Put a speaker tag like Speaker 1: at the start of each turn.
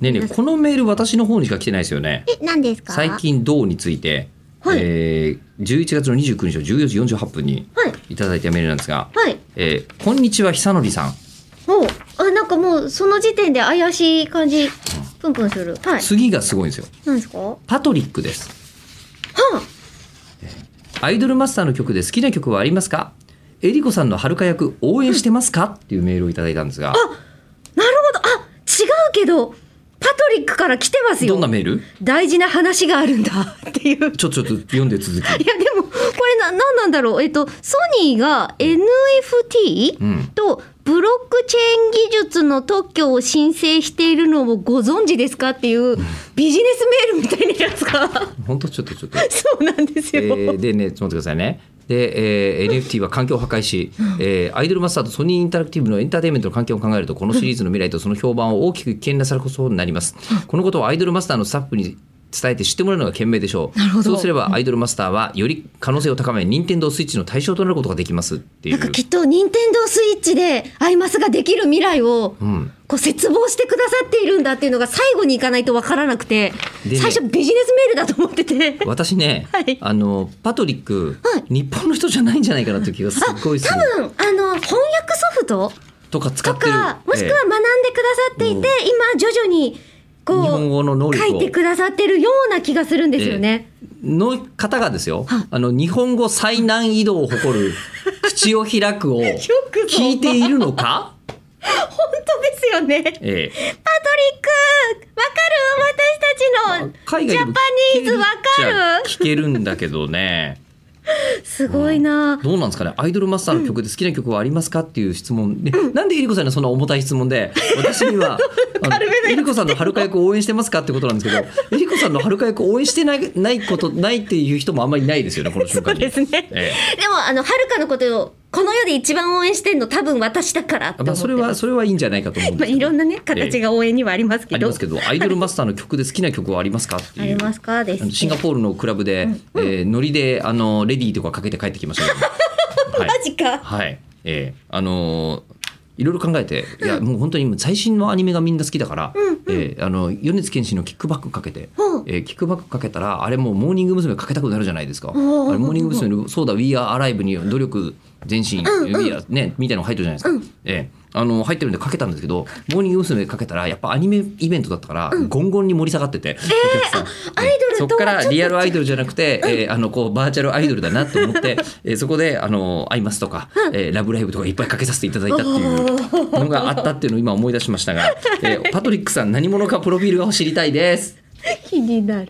Speaker 1: ねえねえこのメール私の方にしか来てないですよね
Speaker 2: え、何ですか
Speaker 1: 最。近銅について、
Speaker 2: はい
Speaker 1: えー、11月の29日の14時48分に
Speaker 2: はい。
Speaker 1: いただいたメールなんですが、
Speaker 2: はい。
Speaker 1: えーこんにちは久典さん
Speaker 2: ほう。あ、なんかもう、その時点で怪しい感じ、プンプンする。はい。
Speaker 1: 次がすごいんですよ
Speaker 2: 何ですかは
Speaker 1: パトリックです
Speaker 2: あ。
Speaker 1: アイドルマスターの曲で好きな曲はありますかえりこさんのはるか役応援してますか、っていうメールをいただいたんですが
Speaker 2: なるほど。あ、違うけど、パトリックから来てます
Speaker 1: どんな
Speaker 2: よ。
Speaker 1: メール
Speaker 2: 大事な話があるんだ っていう。いや、で
Speaker 1: ちょちょっと読んで続き
Speaker 2: も、これな、何なんだろう。えっと、ソニーが NFT?
Speaker 1: うん
Speaker 2: とブロックチェーン技術の特許を申請しているのをご存知ですかっていうビジネスメールみたいなやつが
Speaker 1: 本当ちょっとちょっと
Speaker 2: そうなんです
Speaker 1: え
Speaker 2: よ、
Speaker 1: ーでね、ちょっと待ってくださいね。で、えー NFT は環境を破壊し、えーアイドルマスターとソニーインタラクティブのエンターテインメントの関係を考えると、このシリーズの未来とその評判を大きく危険なさることになります。このことをアイドルマスターのスタッフに伝えて知ってもらうのが賢明でしょう。
Speaker 2: なるほど
Speaker 1: そうすれば、アイドルマスターはより可能性を高め、任天堂スイッチの対象となることができますってい
Speaker 2: な
Speaker 1: う。
Speaker 2: んかきっと任天堂スイッチでアイマスができる未来を
Speaker 1: うん
Speaker 2: こう絶望してくださっているんだっていうのが最後に行かないとわからなくて、
Speaker 1: でね
Speaker 2: 最初ビジネスメールだと思ってて
Speaker 1: 私ね、
Speaker 2: はい
Speaker 1: あのパトリック、
Speaker 2: はい
Speaker 1: 日本の人じゃないんじゃないかなという気がすっごいす
Speaker 2: 多
Speaker 1: る
Speaker 2: 分あの翻訳ソフト
Speaker 1: とか使
Speaker 2: と
Speaker 1: ってる
Speaker 2: かもしく
Speaker 1: え
Speaker 2: は
Speaker 1: え
Speaker 2: 学んでくださっていて、
Speaker 1: うん
Speaker 2: 今徐々に
Speaker 1: 日本
Speaker 2: こ
Speaker 1: 語の能
Speaker 2: う
Speaker 1: 力
Speaker 2: 書
Speaker 1: を
Speaker 2: いてくださってるような気がするんですよね。
Speaker 1: の方がですよ
Speaker 2: はい、
Speaker 1: あの日本語最難易度を誇 る口を開くを
Speaker 2: くぞ
Speaker 1: 聞いているの か、
Speaker 2: 本当ですよね。パトリッ
Speaker 1: ええ
Speaker 2: ク、わかる私たちの
Speaker 1: 海外で
Speaker 2: ジャ
Speaker 1: も聞
Speaker 2: パニ
Speaker 1: ける
Speaker 2: ーズわか
Speaker 1: っちゃ聞けるんだけどね、
Speaker 2: る。すごいな。
Speaker 1: どうなんですかね、アイドルマスターの曲で好きな曲はありますかっていう質問、ねなんでえりこさんのそんな重たい質問で、私に はあのえりこさんのはるか役を応援してますかってことなんですけど、えりこさんのはるか役を応援してないないことないっていう人もあんまりいないですよね、この瞬
Speaker 2: そ
Speaker 1: 間
Speaker 2: う
Speaker 1: に。
Speaker 2: ですね。
Speaker 1: え
Speaker 2: でも、あの、はるかのことを、この世で一番応援してんの多分私だからって
Speaker 1: え
Speaker 2: 思
Speaker 1: まあ、
Speaker 2: って
Speaker 1: それは
Speaker 2: ます。
Speaker 1: それはいいんじゃないかと思うん
Speaker 2: ま
Speaker 1: で
Speaker 2: あ、
Speaker 1: すけ
Speaker 2: い
Speaker 1: ど
Speaker 2: ろんなね、形が応援にはありますけ
Speaker 1: あり
Speaker 2: ど。
Speaker 1: ますけど、アイドルマスターの曲で好きな曲はありますかって
Speaker 2: あ
Speaker 1: い
Speaker 2: り
Speaker 1: う。
Speaker 2: ますかです
Speaker 1: あの
Speaker 2: ね。
Speaker 1: シンガポールのクラブで、えーノリであのレディーとかかけて帰ってきましたけ ど、はい
Speaker 2: マ、ジか。
Speaker 1: はい、えーあのーいろいろ考えて、いやもう本当に今最新のアニメがみんな好きだから、えーあの米津玄師のキックバックかけて、
Speaker 2: うん
Speaker 1: えーキックバックかけたらあれもうモーニング娘。かけたくなるじゃないですか。あれ
Speaker 2: ん
Speaker 1: モーニング娘。のそうだ We Are Alive に努力前進、We Are ねみたいなの入ってるじゃないですか。えーあの入ってるんでかけたんですけど、モーニング娘。かけたらやっぱアニメイベントだったから、ゴンゴンに盛り下がってて、お客さん
Speaker 2: アイドルとは
Speaker 1: そっから
Speaker 2: ちょっと
Speaker 1: リアルアイドルじゃなくて、えーあのこうバーチャルアイドルだなと思 って、えーそこで「あのアイマス」とか、えーラブライブ」とかいっぱいかけさせていただいたっていうのがあったっていうのを 今思い出しましたが、えーパトリックさん何者かプロフィールが知りたいです。
Speaker 2: 気になる。